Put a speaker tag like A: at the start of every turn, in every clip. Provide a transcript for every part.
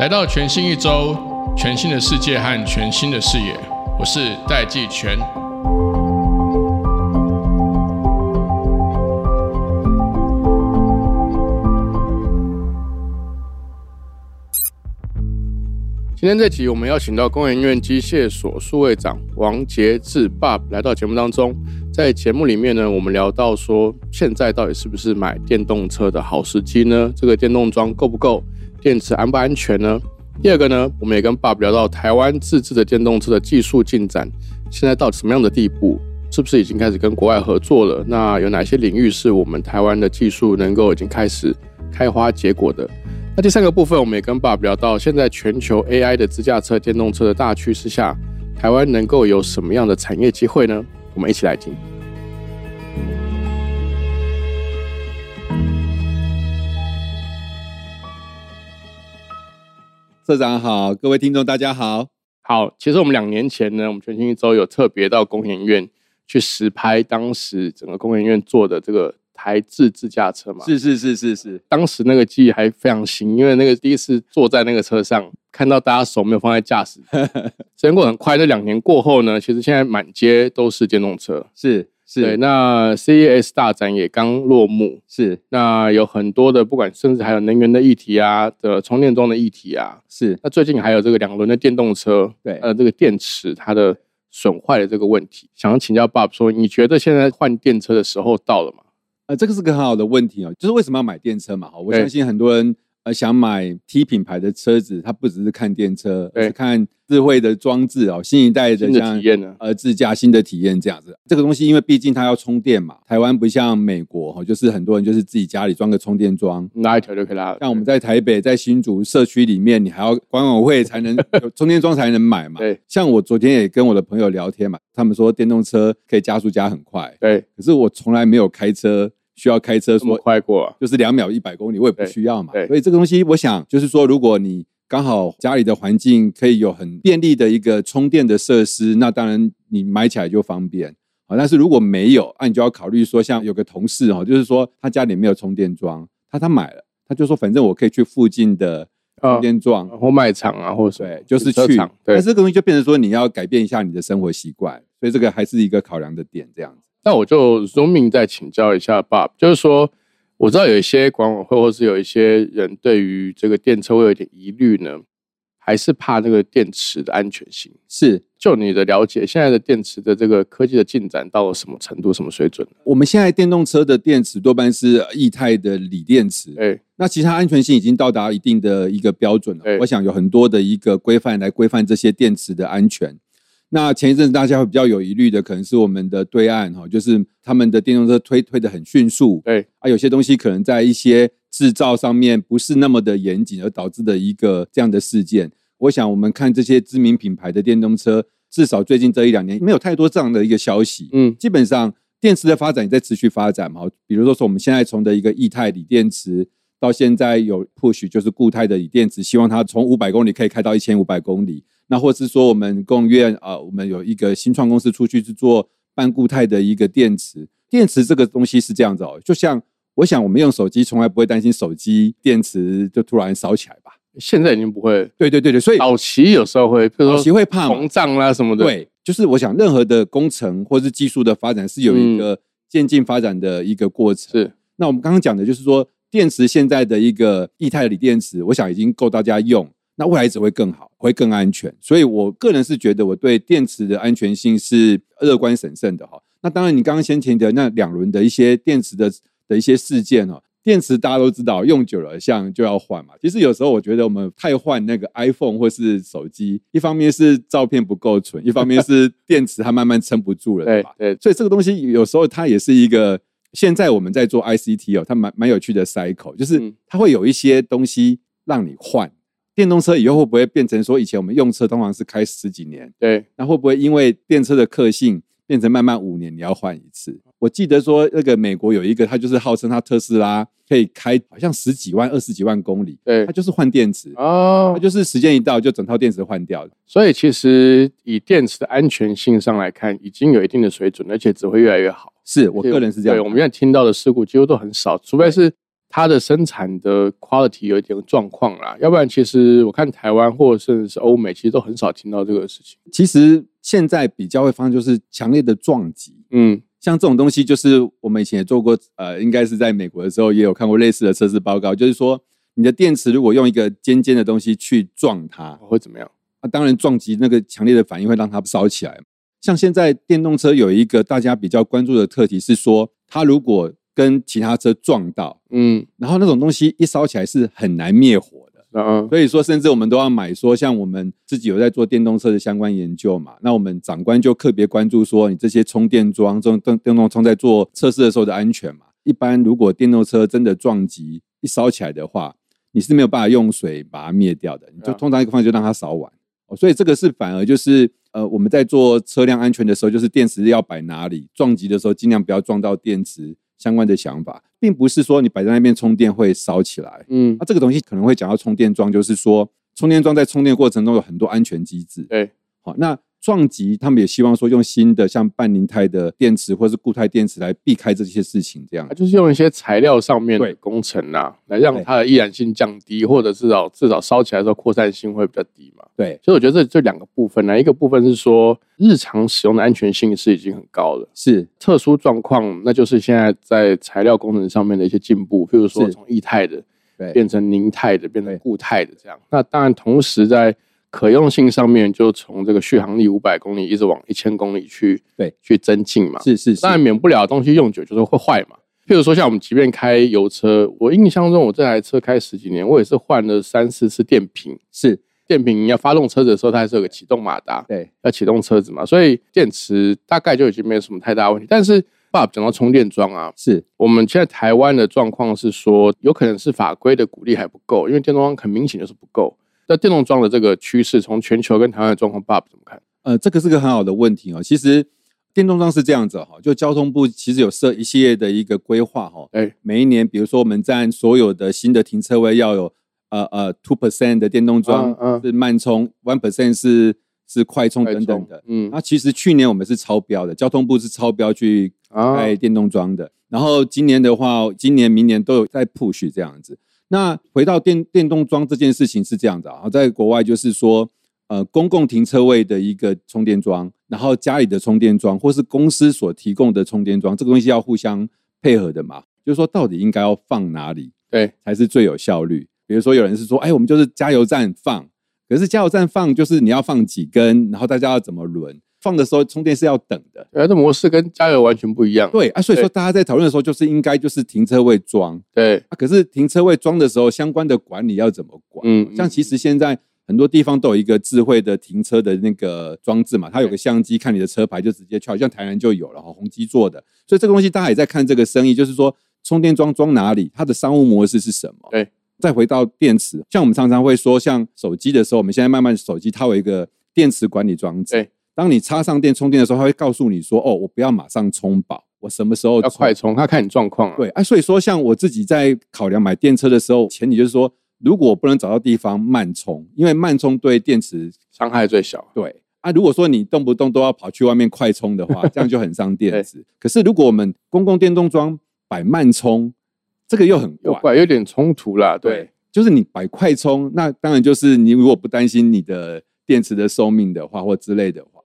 A: 来到全新一周，全新的世界和全新的视野，我是戴季全。今天这集我们邀请到工研院机械所数位长王杰志爸来到节目当中，在节目里面呢，我们聊到说，现在到底是不是买电动车的好时机呢？这个电动桩够不够？电池安不安全呢？第二个呢，我们也跟爸聊到台湾自制的电动车的技术进展，现在到什么样的地步？是不是已经开始跟国外合作了？那有哪些领域是我们台湾的技术能够已经开始开花结果的？那第三个部分，我们也跟爸聊到，现在全球 AI 的自驾车、电动车的大趋势下，台湾能够有什么样的产业机会呢？我们一起来听。
B: 社长好，各位听众大家好。
A: 好，其实我们两年前呢，我们全新一周有特别到工研院去实拍，当时整个工研院做的这个台制自驾车嘛，
B: 是是是是是，
A: 当时那个记忆还非常新，因为那个第一次坐在那个车上，看到大家手没有放在驾 驶，时间过得很快。这两年过后呢，其实现在满街都是电动车。
B: 是
A: 对，
B: 是
A: 那 CES 大展也刚落幕，
B: 是
A: 那有很多的，不管甚至还有能源的议题啊，的充电桩的议题啊，
B: 是
A: 那最近还有这个两轮的电动车，
B: 对
A: 呃，这个电池它的损坏的这个问题，想要请教 Bob 说，你觉得现在换电车的时候到了吗？
B: 呃，这个是个很好的问题哦，就是为什么要买电车嘛？哈，我
A: 对
B: 相信很多人呃想买 T 品牌的车子，他不只是看电车，
A: 对
B: 而是看智慧的装置哦，新一代的
A: 新的
B: 像
A: 体验呢？
B: 呃自驾新的体验这样子。这个东西因为毕竟它要充电嘛，台湾不像美国哈，就是很多人就是自己家里装个充电桩。
A: 拉一条就可以拉了。
B: 像我们在台北、在新竹社区里面，你还要管委会才 能有充电桩才能买嘛。
A: 对，
B: 像我昨天也跟我的朋友聊天嘛，他们说电动车可以加速加很快，
A: 对，
B: 可是我从来没有开车需要开车
A: 这么
B: 说
A: 快过、啊，
B: 就是两秒一百公里，我也不
A: 对
B: 需要嘛
A: 对。
B: 所以这个东西，我想就是说，如果你刚好家里的环境可以有很便利的一个充电的设施，那当然你买起来就方便。好，但是如果没有，那、你就要考虑说，像有个同事哦，就是说他家里没有充电桩，他他买了，他就说反正我可以去附近的充电桩，
A: 或卖场啊，或什么
B: 对，就是
A: 哦停车
B: 去
A: 场。对
B: 但，这个东西就变成说你要改变一下你的生活习惯，所以这个还是一个考量的点，这样子。
A: 那我就 zooming 再请教一下 Bob，就是说，我知道有一些管委会或是有一些人对于这个电车会有一点疑虑呢，还是怕这个电池的安全性。
B: 是，
A: 就你的了解，现在的电池的这个科技的进展到了什么程度、什么水准？
B: 我们现在电动车的电池多半是液态的锂电池，
A: 哎，
B: 那其实它安全性已经到达一定的一个标准了
A: 对。
B: 我想有很多的一个规范来规范这些电池的安全。那前一阵子大家会比较有疑虑的，可能是我们的对岸哈，就是他们的电动车推推的很迅速，
A: 对
B: 啊，有些东西可能在一些制造上面不是那么的严谨，而导致的一个这样的事件。我想我们看这些知名品牌的电动车，至少最近这一两年没有太多这样的一个消息，
A: 嗯，
B: 基本上电池的发展也在持续发展嘛。比如说，说我们现在从的一个液态锂电池，到现在有 push 就是固态的锂电池，希望它从五百公里可以开到一千五百公里。那或是说，我们供院啊，我们有一个新创公司出去是做半固态的一个电池。电池这个东西是这样子哦，就像我想我们用手机从来不会担心手机电池就突然烧起来吧？
A: 现在已经不会。
B: 对对对对，所以
A: 早期有时候会，比如
B: 早期
A: 说
B: 会怕嘛
A: 膨胀啦、什么的。，
B: 对，就是我想，任何的工程或是技术的发展是有一个渐进发展的一个过程。
A: 是
B: 那我们刚刚讲的就是说，电池现在的一个液态锂电池，我想已经够大家用，那未来只会更好，会更安全。所以我个人是觉得，我对电池的安全性是乐观审慎的哈。那当然，你刚刚先提的那两轮的一些电池的的一些事件哦。电池大家都知道，用久了像就要换嘛。其实有时候我觉得我们太换那个 iPhone 或是手机，一方面是照片不够纯，一方面是电池它慢慢撑不住了，对
A: 对
B: 吧？
A: 对，
B: 所以这个东西有时候它也是一个，现在我们在做 ICT 哦，它蛮蛮有趣的 cycle，就是
A: 嗯
B: 它会有一些东西让你换。电动车以后会不会变成说，以前我们用车通常是开十几年，
A: 对
B: 那会不会因为电车的特性，变成慢慢五年你要换一次。我记得说那个美国有一个，他就是号称他特斯拉可以开好像十几万、二十几万公里，
A: 对
B: 他就是换电池，
A: 哦
B: 他，就是时间一到就整套电池换掉。
A: 所以其实以电池的安全性上来看，已经有一定的水准，而且只会越来越好。
B: 是我个人是这样
A: 对，
B: 看，
A: 我们现在听到的事故几乎都很少，除非是它的生产的 quality 有一点状况啦，要不然其实我看台湾或者甚至是欧美，其实都很少听到这个事情。
B: 其实现在比较会发生就是强烈的撞击。
A: 嗯，
B: 像这种东西，就是我们以前也做过，呃，应该是在美国的时候也有看过类似的测试报告，就是说你的电池如果用一个尖尖的东西去撞它，
A: 会怎么样？
B: 那、当然撞击那个强烈的反应会让它烧起来。像现在电动车有一个大家比较关注的课题是说，它如果跟其他车撞到，
A: 嗯，
B: 然后那种东西一烧起来是很难灭火的。
A: 然后
B: 所以说，甚至我们都要买说，像我们自己有在做电动车的相关研究嘛，那我们长官就特别关注说，你这些充电桩、这种电电动窗在做测试的时候的安全嘛。一般如果电动车真的撞击一烧起来的话，你是没有办法用水把它灭掉的，你就
A: 啊
B: 通常一个方法就让它烧完。哦所以这个是反而就是呃，我们在做车辆安全的时候，就是电池要摆哪里，撞击的时候尽量不要撞到电池相关的想法，并不是说你摆在那边充电会烧起来。
A: 嗯
B: 那、，这个东西可能会讲到充电桩，就是说充电桩在充电过程中有很多安全机制。
A: 对，
B: 好，那撞击他们也希望说用新的像半凝态的电池或是固态电池来避开这些事情，这样
A: 它。啊就是用一些材料上面的
B: 对
A: 工程啊，来让
B: 对
A: 它的易燃性降低，或者至少至少烧起来的时候扩散性会比较低嘛。
B: 对，
A: 所以我觉得这这两个部分呢，一个部分是说日常使用的安全性是已经很高了。
B: 是
A: 特殊状况，那就是现在在材料工程上面的一些进步，譬如说
B: 是
A: 从液态的
B: 对
A: 变成凝态的，变成
B: 对
A: 固态的这样。那当然，同时在可用性上面，就从这个续航力五百公里一直往一千公里去，
B: 对，
A: 去增进嘛。
B: 是是是
A: 当，然免不了东西用久就是会坏嘛。譬如说，像我们即便开油车，我印象中我这台车开十几年，我也是换了三四次电瓶。
B: 是
A: 电瓶要发动车子的时候，它还是有个启动马达，
B: 对
A: 要启动车子嘛，所以电池大概就已经没有什么太大问题。但是爸爸讲到充电桩啊，
B: 是
A: 我们现在台湾的状况是说，有可能是法规的鼓励还不够，因为电动桩很明显就是不够。那电动桩的这个趋势，从全球跟台湾的状况，爸爸怎么看？
B: 呃，这个是个很好的问题哦。其实电动桩是这样子哦哈、就交通部其实有设一系列的一个规划哈、
A: 哎，
B: 每一年，比如说我们占所有的新的停车位要有呃呃 two percent 的电动桩、
A: 嗯嗯
B: 是慢充，one percent 是是快充
A: 快
B: 等等
A: 充
B: 的。
A: 嗯
B: 那其实去年我们是超标的，交通部是超标去
A: 啊，
B: 盖电动桩的。然后今年的话，今年明年都有在 push 这样子。那回到电电动桩这件事情是这样的啊，在国外就是说，呃，公共停车位的一个充电桩，然后家里的充电桩，或是公司所提供的充电桩，这个东西要互相配合的嘛。就是说，到底应该要放哪里
A: 对，
B: 才是最有效率？比如说，有人是说，哎，我们就是加油站放，可是加油站放就是你要放几根，然后大家要怎么轮放的时候，充电是要等的。
A: 呃，这模式跟加油完全不一样。
B: 对啊，所以
A: 对
B: 说大家在讨论的时候，就是应该就是停车位装
A: 对，
B: 啊，可是停车位装的时候，相关的管理要怎么管？
A: 嗯
B: 像其实现在很多地方都有一个智慧的停车的那个装置嘛，它有个相机看你的车牌就直接去，好像台南就有了哈，宏基做的，所以这个东西大家也在看这个生意，就是说充电桩装哪里，它的商务模式是什么？
A: 对。
B: 再回到电池，像我们常常会说，像手机的时候，我们现在慢慢手机它有一个电池管理装置。
A: 对，
B: 当你插上电充电的时候，它会告诉你说：“哦，我不要马上充饱，我什么时候
A: 要
B: 充
A: 快充，他看你状况啊。
B: 对，啊，所以说像我自己在考量买电车的时候，前提就是说，如果我不能找到地方慢充，因为慢充对电池
A: 伤害最小。
B: 对啊，如果说你动不动都要跑去外面快充的话，这样就很 伤电池。可是如果我们公共电动桩摆慢充，这个又很
A: 有
B: 怪，
A: 怪，有点冲突啦。对，，
B: 就是你摆快充，那当然就是你如果不担心你的电池的寿命的话，或之类的话，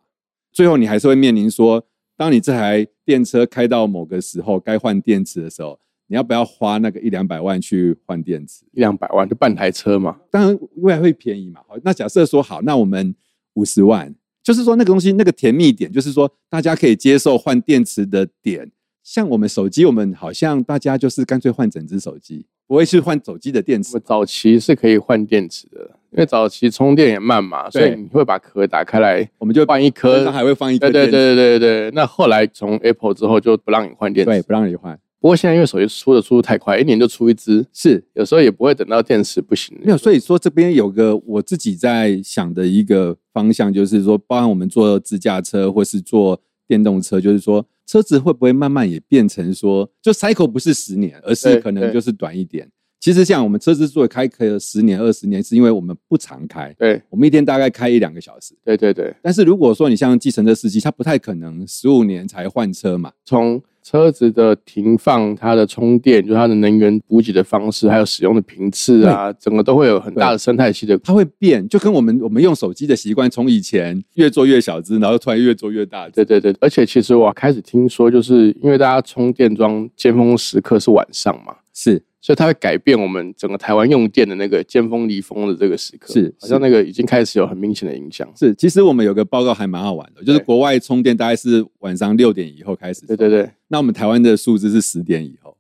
B: 最后你还是会面临说，当你这台电车开到某个时候该换电池的时候，你要不要花那个一两百万去换电池？
A: 一两百万就半台车嘛。
B: 当然未来会便宜嘛。好，那假设说好，那我们五十万，就是说那个东西那个甜蜜点，就是说大家可以接受换电池的点。像我们手机，我们好像大家就是干脆换整只手机，不会去换手机的电
A: 那
B: 池
A: 么。早期是可以换电池的，因为早期充电也慢嘛，所
B: 对
A: 以你会把壳打开来
B: 我们就
A: 换一颗
B: 身。上还会放一颗
A: 对对
B: 电
A: 对
B: 池
A: 对对对。那后来从 Apple 之后就不让你换电
B: 对，
A: 池。
B: 不让你换，
A: 不过现在因为手机出的速度太快，一年就出一只，
B: 是
A: 有时候也不会等到电池不行了。
B: 没有。所以说这边有个我自己在想的一个方向，就是说，包含我们做自驾车或是做电动车，就是说车子会不会慢慢也变成说，就 cycle 不是十年，而是
A: 对
B: 可能
A: 对
B: 就是短一点。其实像我们车之所以开可以十年、二十年，是因为我们不常开，
A: 对
B: 我们一天大概开一两个小时。
A: 对对对，
B: 但是如果说你像计程车司机，他不太可能十五年才换车嘛，
A: 从车子的停放、它的充电，就是它的能源补给的方式，还有使用的频次啊，整个都会有很大的生态系的。
B: 它会变，就跟我们我们用手机的习惯，从以前越做越小只，然后突然越做越大只。
A: 对对对，而且其实我开始听说，就是因为大家充电桩尖峰时刻是晚上嘛，
B: 是
A: 所以它会改变我们整个台湾用电的那个尖峰离峰的这个时刻，
B: 是是
A: 好像那个已经开始有很明显的影响。
B: 是，其实我们有个报告还蛮好玩的，就是
A: 对
B: 国外充电大概是晚上六点以后开始，
A: 对对 对，
B: 那我们台湾的数字是十点以后，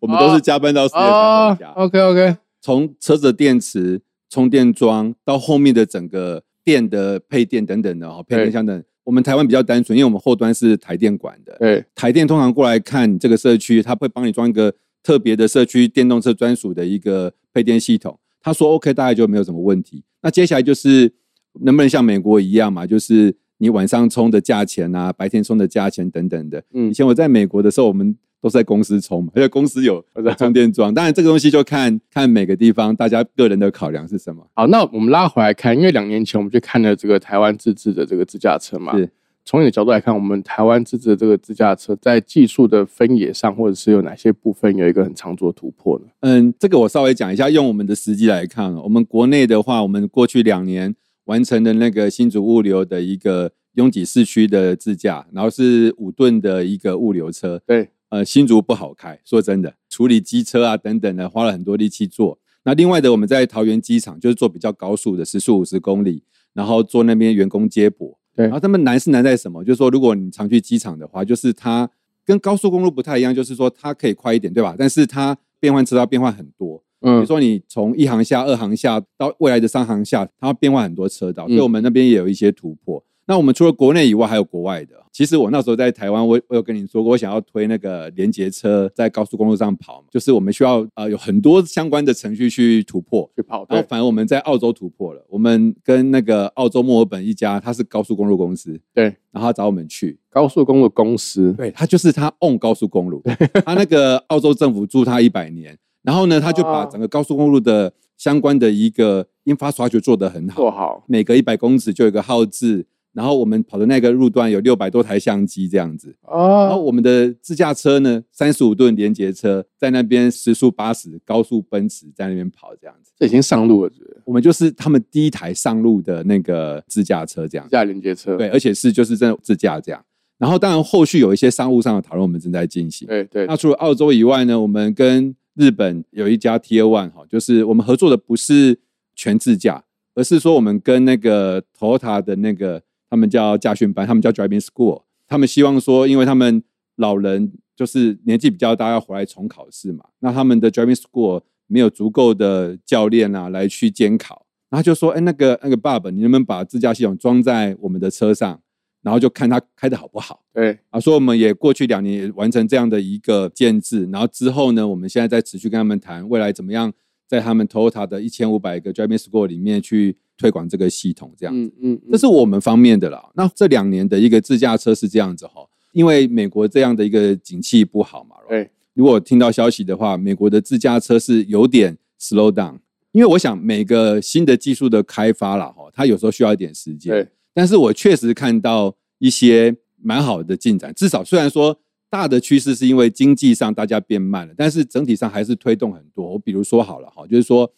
B: 我们都是加班到十点才回
A: 哦
B: 家。
A: ，OK OK，
B: 从车子的电池、充电桩到后面的整个电的配电等等的哦，配电箱等，我们台湾比较单纯，因为我们后端是台电管的，
A: 对
B: 台电通常过来看这个社区，他会帮你装一个特别的社区电动车专属的一个配电系统。他说 OK，大概就没有什么问题。那接下来就是能不能像美国一样嘛，就是你晚上充的价钱啊，白天充的价钱等等的。
A: 嗯
B: 以前我在美国的时候，我们都是在公司充嘛， 而且公司有
A: 我知道
B: 充电桩。当然，这个东西就看看每个地方大家个人的考量是什么。
A: 好，那我们拉回来看，因为两年前我们去看了这个台湾自制的这个自驾车嘛。
B: 是。
A: 从你的角度来看，我们台湾自制的这个自驾车在技术的分野上，或者是有哪些部分有一个很长足的突破呢？
B: 嗯，这个我稍微讲一下，用我们的实际来看哦，我们国内的话，我们过去两年完成的那个新竹物流的一个拥挤市区的自驾，然后是五吨的一个物流车。
A: 对，
B: 呃，新竹不好开，说真的，处理机车啊等等的，花了很多力气做。那另外的，我们在桃园机场就是做比较高速的，时速五十公里，然后做那边员工接驳。
A: 对
B: 然后他们难是难在什么？就是说，如果你常去机场的话，就是它跟高速公路不太一样，就是说它可以快一点，对吧？但是它变换车道变换很多，比
A: 嗯
B: 如，说你从一航下、二航下到未来的三航下，它要变换很多车道，
A: 嗯
B: 所以我们那边也有一些突破。那我们除了国内以外，还有国外的。其实我那时候在台湾，我我有跟你说过，我想要推那个连接车在高速公路上跑嘛，就是我们需要呃有很多相关的程序去突破。
A: 去跑
B: 然后
A: 对
B: 反而我们在澳洲突破了，我们跟那个澳洲墨尔本一家，它是高速公路公司，
A: 对
B: 然后他找我们去，
A: 高速公路公司，
B: 对，他就是他 own 高速公路，他那个澳洲政府租他一百年，然后呢，他就把
A: 哦
B: 整个高速公路的相关的一个 infrastructure 做得很
A: 做
B: 好，
A: 好
B: 每隔一百公尺就有一个号志，然后我们跑的那个路段有六百多台相机这样子，然后
A: 哦，
B: 我们的自驾车呢，三十五吨连接车在那边时速八十，高速奔驰在那边跑这样子，
A: 这已经上路了，是不是
B: 我们就是他们第一台上路的那个自驾车这样
A: 自。驾连接车，
B: 对，而且是就是真的自驾这样。然后当然后续有一些商务上的讨论，我们正在进行。
A: 对对
B: 那除了澳洲以外呢，我们跟日本有一家 Tier One 哈，就是我们合作的不是全自驾，而是说我们跟那个 Toyota 的那个他们叫驾训班，他们叫 Driving School，他们希望说，因为他们老人就是年纪比较大，要回来重考试嘛，那他们的 Driving School 没有足够的教练啊来去监考，然后他就说，哎，那个那个爸爸，你能不能把自驾系统装在我们的车上，然后就看他开的好不好？
A: 对，
B: 啊，所以我们也过去两年也完成这样的一个建制，然后之后呢，我们现在在持续跟他们谈未来怎么样在他们 Toyota 的一千五百个 Driving School 里面去推广这个系统，这样子，
A: 嗯嗯，
B: 这是我们方面的啦。那这两年的一个自驾车是这样子哈、因为美国这样的一个景气不好嘛，
A: 对，
B: 如果我听到消息的话，美国的自驾车是有点 slow down，因为我想每个新的技术的开发啦，哈，它有时候需要一点时间，
A: 对
B: 但是我确实看到一些蛮好的进展，至少虽然说大的趋势是因为经济上大家变慢了，但是整体上还是推动很多。我比如说好了哈，就是说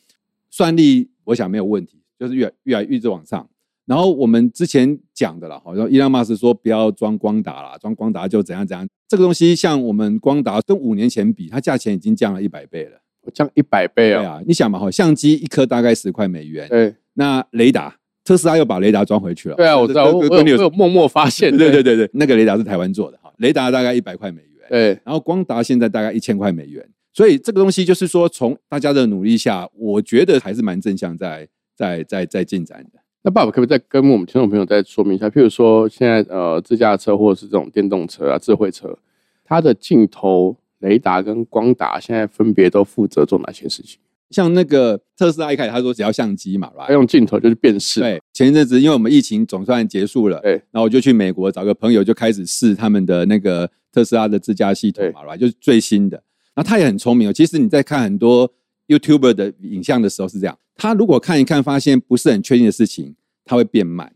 B: 算力，我想没有问题，就是越来越来越直往上。然后我们之前讲的啦，好像伊朗马斯说不要装光达啦，装光达就怎样怎样。这个东西像我们光达跟五年前比，它价钱已经降了一百倍了。
A: 我降一百倍
B: 对
A: 啊，
B: 啊，你想嘛，哈，相机一颗大概十块美元，
A: 对
B: 那雷达特斯拉又把雷达装回去了。
A: 对啊，我知道，我
B: 跟
A: 我
B: 跟你
A: 有我
B: 有
A: 有默默发现，
B: 对对对对，那个雷达是台湾做的哈，雷达大概一百块美元，
A: 对
B: 然后光达现在大概一千块美元，所以这个东西就是说，从大家的努力下，我觉得还是蛮正向在在在在进展的。
A: 那爸爸可不可以再跟我们听众朋友再说明一下？譬如说，现在呃，自驾车或者是这种电动车啊、智慧车，它的镜头、雷达跟光达现在分别都负责做哪些事情？
B: 像那个特斯拉一开始他说只要相机嘛
A: 他
B: ，right？
A: 用镜头就是辨识。
B: 对，前一阵子因为我们疫情总算结束了，
A: 对
B: 然后我就去美国找个朋友，就开始试他们的那个特斯拉的自驾系统嘛，right？就是最新的。然后他也很聪明哦，其实你在看很多 YouTuber 的影像的时候是这样，他如果看一看发现不是很确定的事情，他会变慢。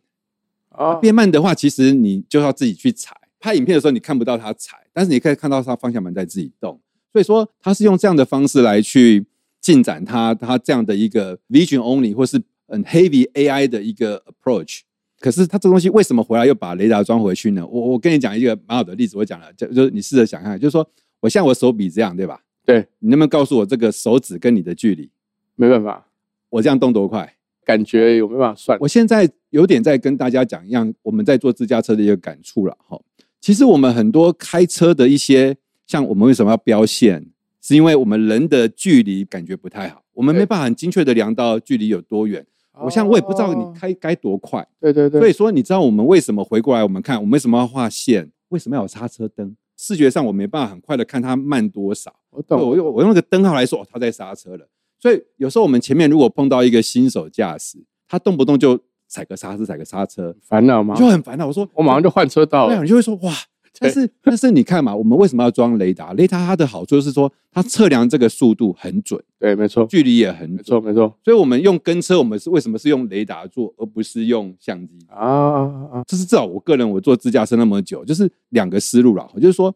A: 啊，
B: 变慢的话，其实你就要自己去踩。拍影片的时候，你看不到它踩，但是你可以看到它方向盘在自己动。所以说，它是用这样的方式来去进展它它这样的一个 vision only 或是很 heavy AI 的一个 approach。可是它这东西为什么回来又把雷达装回去呢？我我跟你讲一个蛮好的例子，我讲了，就就是你试着想看，就是说我像我手比这样，对吧？
A: 对，
B: 你能不能告诉我这个手指跟你的距离？
A: 没办法，
B: 我这样动多快？
A: 感觉有没办法算？
B: 我现在有点在跟大家讲一样，我们在做自驾车的一个感触了哈。其实我们很多开车的一些，像我们为什么要标线，是因为我们人的距离感觉不太好，我们
A: 对
B: 没办法很精确的量到距离有多远。我像我也不知道你开该多快，
A: 哦对对对，
B: 所以说你知道我们为什么回过来我们看，我们为什么要画线，为什么要有刹车灯？视觉上我没办法很快的看它慢多少。
A: 我
B: 对我
A: 懂。
B: 用我用那个灯号来说，哦，他在刹车了。所以有时候我们前面如果碰到一个新手驾驶，他动不动就踩个刹车，踩个刹车，
A: 烦恼吗
B: 你？就很烦恼。我说
A: 我马上就换车道
B: 对啊，
A: 了。
B: 你就会说哇。但是但是你看嘛，我们为什么要装雷达？雷达它的好处就是说，它测量这个速度很准，
A: 对，没错，
B: 距离也很
A: 没
B: 准。
A: 错，没错。
B: 所以我们用跟车，我们是为什么是用雷达做，而不是用相机？
A: 啊啊啊！
B: 这是至少我个人我做自驾车那么久，就是两个思路啦。就是说，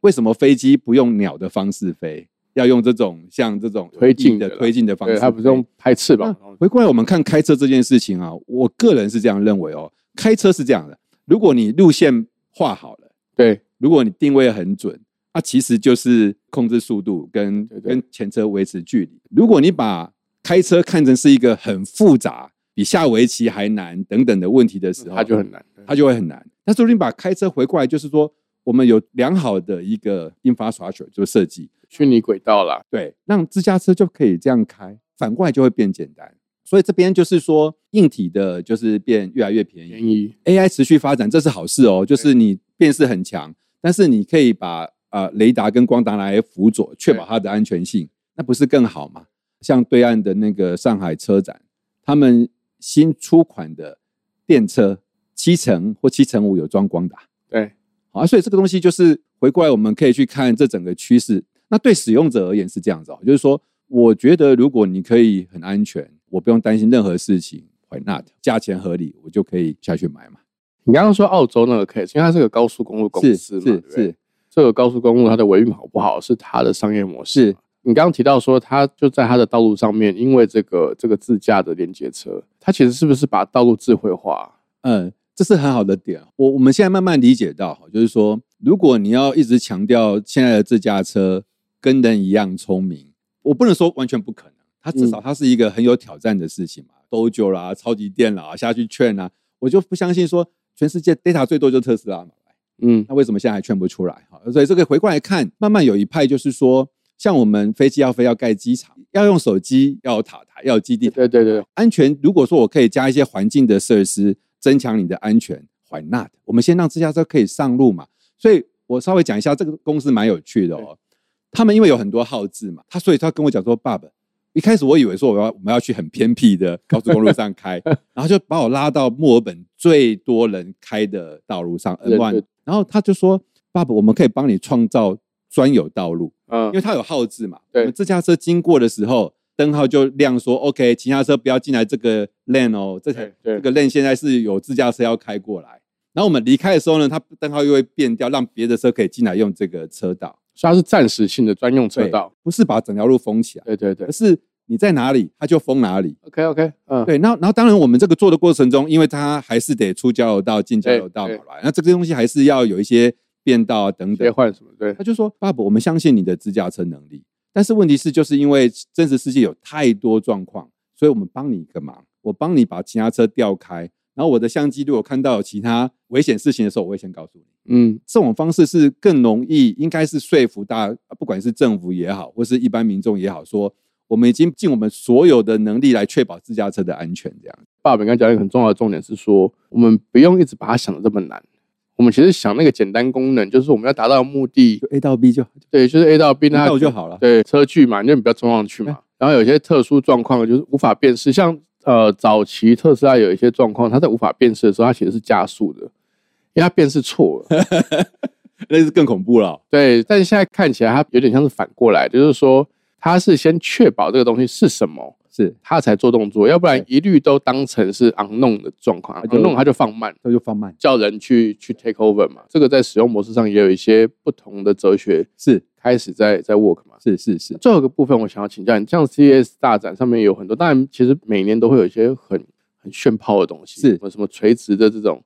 B: 为什么飞机不用鸟的方式飞，要用这种像这种
A: 推进的
B: 的
A: 啦
B: 推进的方式
A: 对，
B: 飞？
A: 他不是用拍翅
B: 那
A: 膀。
B: 回过来我们看开车这件事情啊，我个人是这样认为哦，开车是这样的，如果你路线画好了，
A: 对，
B: 如果你定位很准，那、其实就是控制速度跟
A: 对对
B: 跟前车维持距离。如果你把开车看成是一个很复杂、比下围棋还难等等的问题的时候，
A: 他嗯就很难。
B: 它就会很难。但是如果你把开车回过来，就是说我们有良好的一个 infrastructure 就是设计，
A: 虚拟轨道啦，
B: 对，让自驾车就可以这样开，反过来就会变简单。所以这边就是说，硬体的就是变越来越便宜
A: 便宜。
B: ，AI 持续发展，这是好事哦。就是你辨识很强，但是你可以把呃雷达跟光达拿来辅佐，确保它的安全性，那不是更好吗？像对岸的那个上海车展，他们新出款的电车七成或七成五有装光达，
A: 对，
B: 好、啊，所以这个东西就是回过来，我们可以去看这整个趋势。那对使用者而言是这样子哦，就是说，我觉得如果你可以很安全，我不用担心任何事情，Why not？价钱合理，我就可以下去买嘛。
A: 你刚刚说澳洲那个 case，因为它是个高速公路公
B: 是
A: 司嘛，对
B: 是
A: 不对
B: 是，
A: 这个高速公路它的维运好不好是它的商业模式。
B: 是
A: 你刚刚提到说，它就在它的道路上面，因为这个这个自驾的连接车，它其实是不是把道路智慧化？
B: 嗯，这是很好的点。我我们现在慢慢理解到哈，就是说，如果你要一直强调现在的自驾车跟人一样聪明，我不能说完全不可能，它至
A: 嗯
B: 少它是一个很有挑战的事情嘛。多久啦，超级电脑啊，下去劝啊，我就不相信说全世界 data 最多就特斯拉嘛。
A: 嗯，
B: 那为什么现在还劝不出来？哈，所以这个回过来看，慢慢有一派就是说，像我们飞机要飞要盖机场，要用手机，要有塔台，要有基地台，
A: 对对对，
B: 安全，如果说我可以加一些环境的设施，增强你的安全，Why not？我们先让自驾车可以上路嘛。所以我稍微讲一下这个公司蛮有趣的哦。他们因为有很多号志嘛，他所以他跟我讲说，爸爸，一开始我以为说我要我们要去很偏僻的高速公路上 开，然后就把我拉到墨尔本最多人开的道路上 N
A: 对
B: one，
A: 对
B: 然后他就说，爸爸，我们可以帮你创造专有道路。
A: 嗯
B: 因为，它有号志嘛。
A: 对
B: 我们自驾车经过的时候，灯号就亮说 “OK”，其他车不要进来这个 lane 哦，这
A: 对
B: 台
A: 对
B: 这个 lane 现在是有自驾车要开过来。然后我们离开的时候呢，它灯号又会变掉，让别的车可以进来用这个车道。
A: 所以它是暂时性的专用车
B: 对
A: 道。
B: 不是把整条路封起来，
A: 对对对
B: 而是你在哪里，它就封哪里。
A: ，OK OK，嗯，
B: 对，那然后当然我们这个做的过程中，因为它还是得出交流道、进交
A: 对
B: 流道嘛
A: 对，
B: 来那这个东西还是要有一些变道啊等等
A: 切。换什么？对
B: 他就说：“爸爸，我们相信你的自驾车能力，但是问题是，就是因为真实世界有太多状况，所以我们帮你一个忙，我帮你把其他车调开，然后我的相机如果看到有其他危险事情的时候，我会先告诉你。
A: 嗯，
B: 这种方式是更容易，应该是说服大家，不管是政府也好，或是一般民众也好，说我们已经尽我们所有的能力来确保自驾车的安全，这样。”
A: 爸爸刚刚讲一个很重要的重点是说，我们不用一直把它想的这么难。我们其实想那个简单功能，就是我们要达到的目的
B: 就，A 到 B 就好，
A: 对，就是 A 到 B，那它
B: 到就好了。
A: 对，车距嘛，你就比较冲上去嘛。然后有些特殊状况就是无法辨识，像呃早期特斯拉有一些状况，它在无法辨识的时候，它其实是加速的，因为它辨识错 了。
B: 那是更恐怖了。哦
A: 对，但是现在看起来它有点像是反过来，就是说它是先确保这个东西是什么，
B: 是，
A: 它才做动作，要不然一律都当成是 unknown 的状况
B: 就
A: ，unknown 它就放慢。
B: 那就放慢。
A: 叫人去去 take over 嘛，这个在使用模式上也有一些不同的哲学
B: 是
A: 开始在在 work 嘛。
B: 是是是，
A: 最后一个部分，我想要请教你，像 CES 大展上面有很多，当然其实每年都会有一些很很炫炮的东西，
B: 是
A: 什么什么垂直的这 种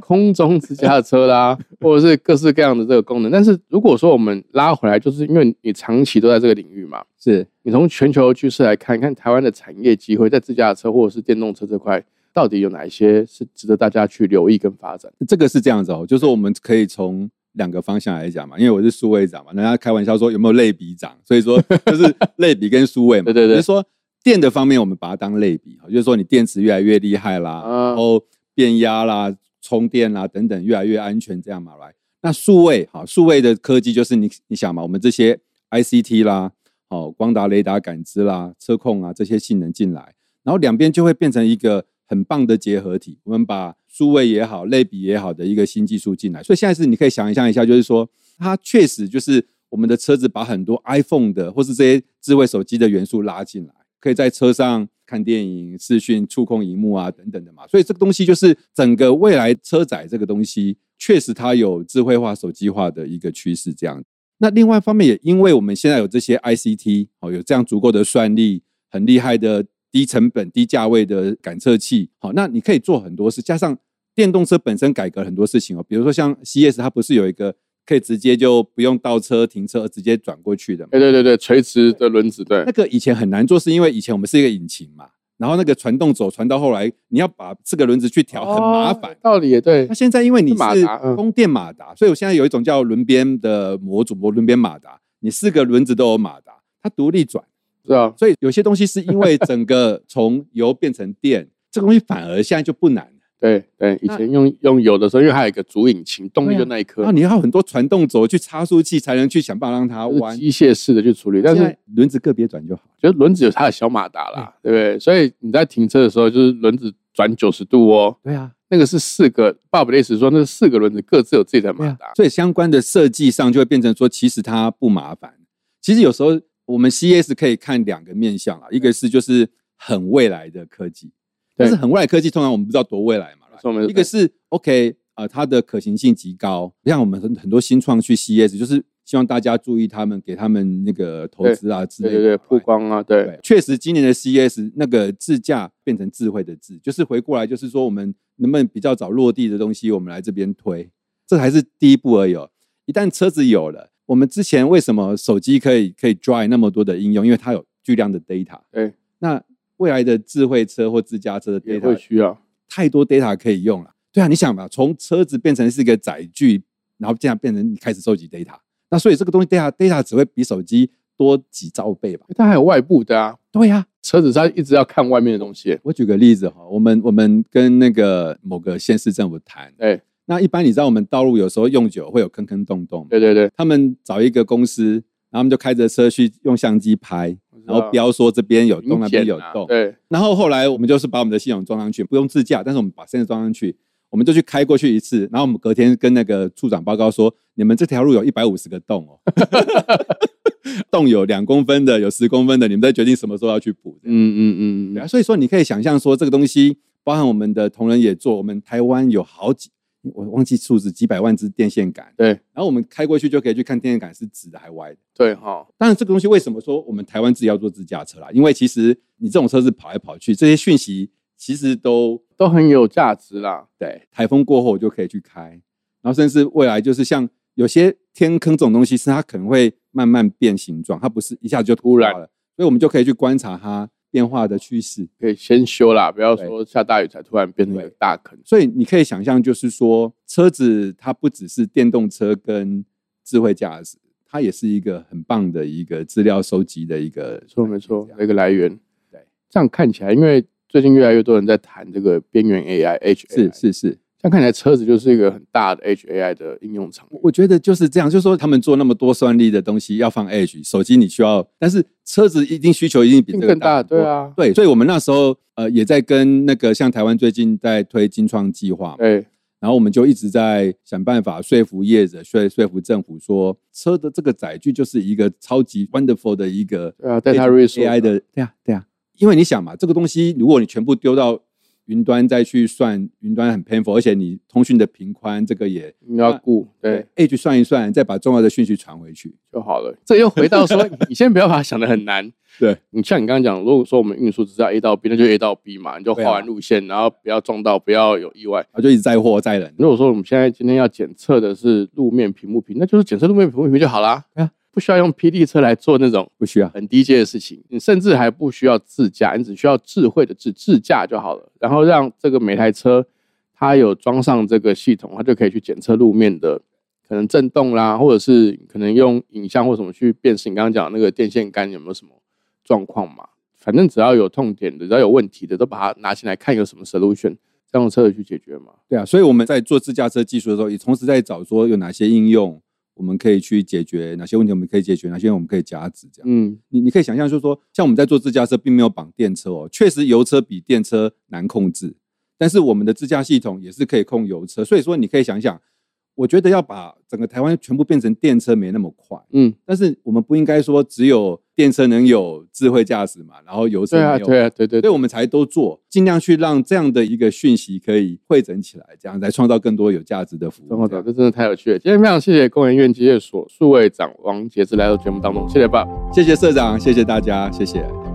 A: 空中自驾车 啦，或者是各式各样的这个功能。但是如果说我们拉回来，就是因为你长期都在这个领域嘛，
B: 是
A: 你从全球的趋势来看，看台湾的产业机会在自驾车或者是电动车这块，到底有哪一些是值得大家去留意跟发展？
B: 这个是这样子哦，就是说我们可以从两个方向来讲嘛，因为我是数位长嘛，人家开玩笑说有没有类比长，所 以说就是类比跟数位嘛，
A: 对对对
B: 就是说电的方面我们把它当类比，就是说你电池越来越厉害啦，
A: 嗯
B: 然后变压啦、充电啦等等越来越安全这样嘛来。那数位好，数位的科技就是你你想嘛，我们这些 ICT 啦，哦，光达雷达感知啦、车控啊这些性能进来，然后两边就会变成一个很棒的结合体。我们把数位也好、类比也好的一个新技术进来，所以现在是你可以想象一下，就是说它确实就是我们的车子把很多 iPhone 的或是这些智慧手机的元素拉进来，可以在车上看电影、视讯、触控荧幕啊等等的嘛。所以这个东西就是整个未来车载这个东西，确实它有智慧化、手机化的一个趋势这样那另外一方面，也因为我们现在有这些 ICT 哦，有这样足够的算力，很厉害的低成本、低价位的感测器，好、那你可以做很多事。加上电动车本身改革很多事情哦，比如说像 CS，它不是有一个可以直接就不用倒车停车，直接转过去的嘛？
A: 哎，对对对，垂直的轮子，对
B: 那，个以前很难做，是因为以前我们是一个引擎嘛，然后那个传动轴传到后来，你要把这个轮子去调，很麻烦。
A: 哦道理也对
B: 那，现在因为你
A: 是马
B: 是
A: 达嗯
B: 供电马达，所以我现在有一种叫轮边的模组，模轮边马达，你四个轮子都有马达，它独立转，
A: 是啊，
B: 所以有些东西是因为整个从油变成电， 这个东西反而现在就不难了。
A: 对对，以
B: 那
A: 前用用有的时候，因为它有一个主引擎，动力
B: 对啊
A: 就那一颗
B: 然后，你要有很多传动轴去差速器才能去想办法让它
A: 它
B: 弯
A: 是，机械式的去处理，但是
B: 现在轮子个别转就好。
A: 觉得轮子有它的小马达啦，对不对？所以你在停车的时候，就是轮子转九十度哦，
B: 对啊，
A: 那个是四个，Bob 的意思说，那四个轮子各自有自己的啊马达，
B: 啊所以相关的设计上就会变成说，其实它不麻烦。其实有时候我们 CS 可以看两个面向啦，一个是就是很未来的科技，但是很未来科技通常我们不知道多未来嘛
A: 没错没，错
B: 啊一个是 OK 呃它的可行性极高，像我们很很多新创去 CS 就是希望大家注意他们，给他们那个投资啊之类
A: 对
B: 的
A: 对对，
B: 嘛
A: 曝光啊，对
B: 对，确实今年的 CES 那个自驾变成智慧的智，就是回过来就是说我们能不能比较早落地的东西，我们来这边推，这还是第一步而已、哦。一旦车子有了，我们之前为什么手机可以可以 drive 那么多的应用？因为它有巨量的 data。
A: 对，
B: 那未来的智慧车或自驾车的
A: 也会
B: data
A: 需要，
B: 太多 data 可以用了。对啊，你想嘛，从车子变成是一个载具，然后这样变成你开始收集 data，那所以这个东西 data data 只会比手机多几兆倍吧？
A: 哎它还有外部的啊，
B: 对呀、
A: 车子它一直要看外面的东西，
B: 我举个例子哈，我们我们跟那个某个县市政府谈，
A: 对
B: 那一般你知道我们道路有时候用久会有坑坑洞洞，
A: 对对对，
B: 他们找一个公司，然后他们就开着车去用相机拍，
A: 知道
B: 然后标说这边有洞
A: 明
B: 那边
A: 显
B: 有
A: 啊
B: 洞，
A: 对，
B: 然后后来我们就是把我们的系统装上去，不用自驾，但是我们把 s e 装上去，我们就去开过去一次，然后我们隔天跟那个处长报告说，你们这条路有一百五十个洞 哦， 洞有两公分的，有十公分的，你们再决定什么时候要去补。这样
A: 嗯嗯嗯
B: 对
A: 嗯
B: 啊，所以说你可以想象说这个东西，包含我们的同仁也做，我们台湾有好几，我忘记数字，几百万支电线杆，
A: 对
B: 然后我们开过去就可以去看电线杆是直的还歪的。
A: 对哈，
B: 当然，这个东西为什么说我们台湾自己要做自驾车啦？因为其实你这种车子跑来跑去，这些讯息其实都
A: 都很有价值啦，
B: 对，台风过后我就可以去开，然后甚至未来就是像有些天坑这种东西，是它可能会慢慢变形状，它不是一下子就
A: 突然
B: 化了，所以我们就可以去观察它变化的趋势。
A: 可以先修啦，不要
B: 对
A: 说下大雨才突然变成一个
B: 对
A: 大坑。
B: 所以你可以想象，就是说，车子它不只是电动车跟智慧驾驶，它也是一个很棒的一个资料收集的一个。
A: 没错没错，
B: 这
A: 那
B: 样
A: 个来源。
B: 对，
A: 这样看起来，因为最近越来越多人在谈这个边缘 AI、H
B: 是是是，
A: 但看起来车子就是一个很大的 H A I 的应用场域。
B: 我觉得就是这样，就是说他们做那么多算力的东西要放 Edge，手机你需要，但是车子一定需求一定比这个
A: 更大
B: 很多
A: 对啊
B: 对，所以我们那时候呃也在跟那个像台湾最近在推金创计划嘛，
A: 对，
B: 然后我们就一直在想办法说服业者，说说服政府说车的这个载具就是一个超级 wonderful 的一个
A: 对啊，data resource
B: AI 的，对啊对啊，因为你想嘛，这个东西如果你全部丢到云端再去算，云端很 painful，而且你通讯的频宽这个也
A: 你要顾对
B: ，edge 算一算，再把重要的讯息传回去。
A: 就好了。这又回到 说，你先不要把它想的很难。
B: 对
A: 你像你刚刚讲，如果说我们运输只在 A 到 B，那就 A 到 B 嘛，你就
B: 对
A: 画
B: 啊
A: 完路线，然后不要撞到，不要有意外。
B: 啊，就一直载货载人。
A: 如果说我们现在今天要检测的是路面屏幕屏，那就是检测路面屏幕屏就好啦。
B: 对啊
A: 不需要用霹雳车来做那种
B: 不需要，
A: 很低阶的事情，你甚至还不需要自驾，你只需要智慧的智智驾就好了。然后让这个每台车它有装上这个系统，它就可以去检测路面的可能震动啦，或者是可能用影像或什么去辨识你刚刚讲那个电线杆有没有什么状况嘛。反正只要有痛点的，只要有问题的，都把它拿进来看有什么 solution，再用车子去解决嘛。
B: 对啊，所以我们在做自驾车技术的时候，也同时在找说有哪些应用我们可以去解决，哪些问题我们可以解决，哪些我们可以加值这样。
A: 嗯，
B: 你你可以想象，就是说，像我们在做自驾车，并没有绑电车哦，确实油车比电车难控制，但是我们的自驾系统也是可以控油车，所以说你可以想想，我觉得要把整个台湾全部变成电车没那么快，
A: 嗯，
B: 但是我们不应该说只有电车能有智慧驾驶嘛，然后油车
A: 对啊，
B: 没有，
A: 对啊，对对
B: 所
A: 对
B: 以，我们才都做，尽量去让这样的一个讯息可以汇整起来，这样来创造更多有价值的服
A: 真好
B: 务。这
A: 的，
B: 样
A: 这真的太有趣了。今天非常谢谢工研院机械所数位长王杰之来到节目当中，谢谢爸。
B: 谢谢社长，谢谢大家，谢谢。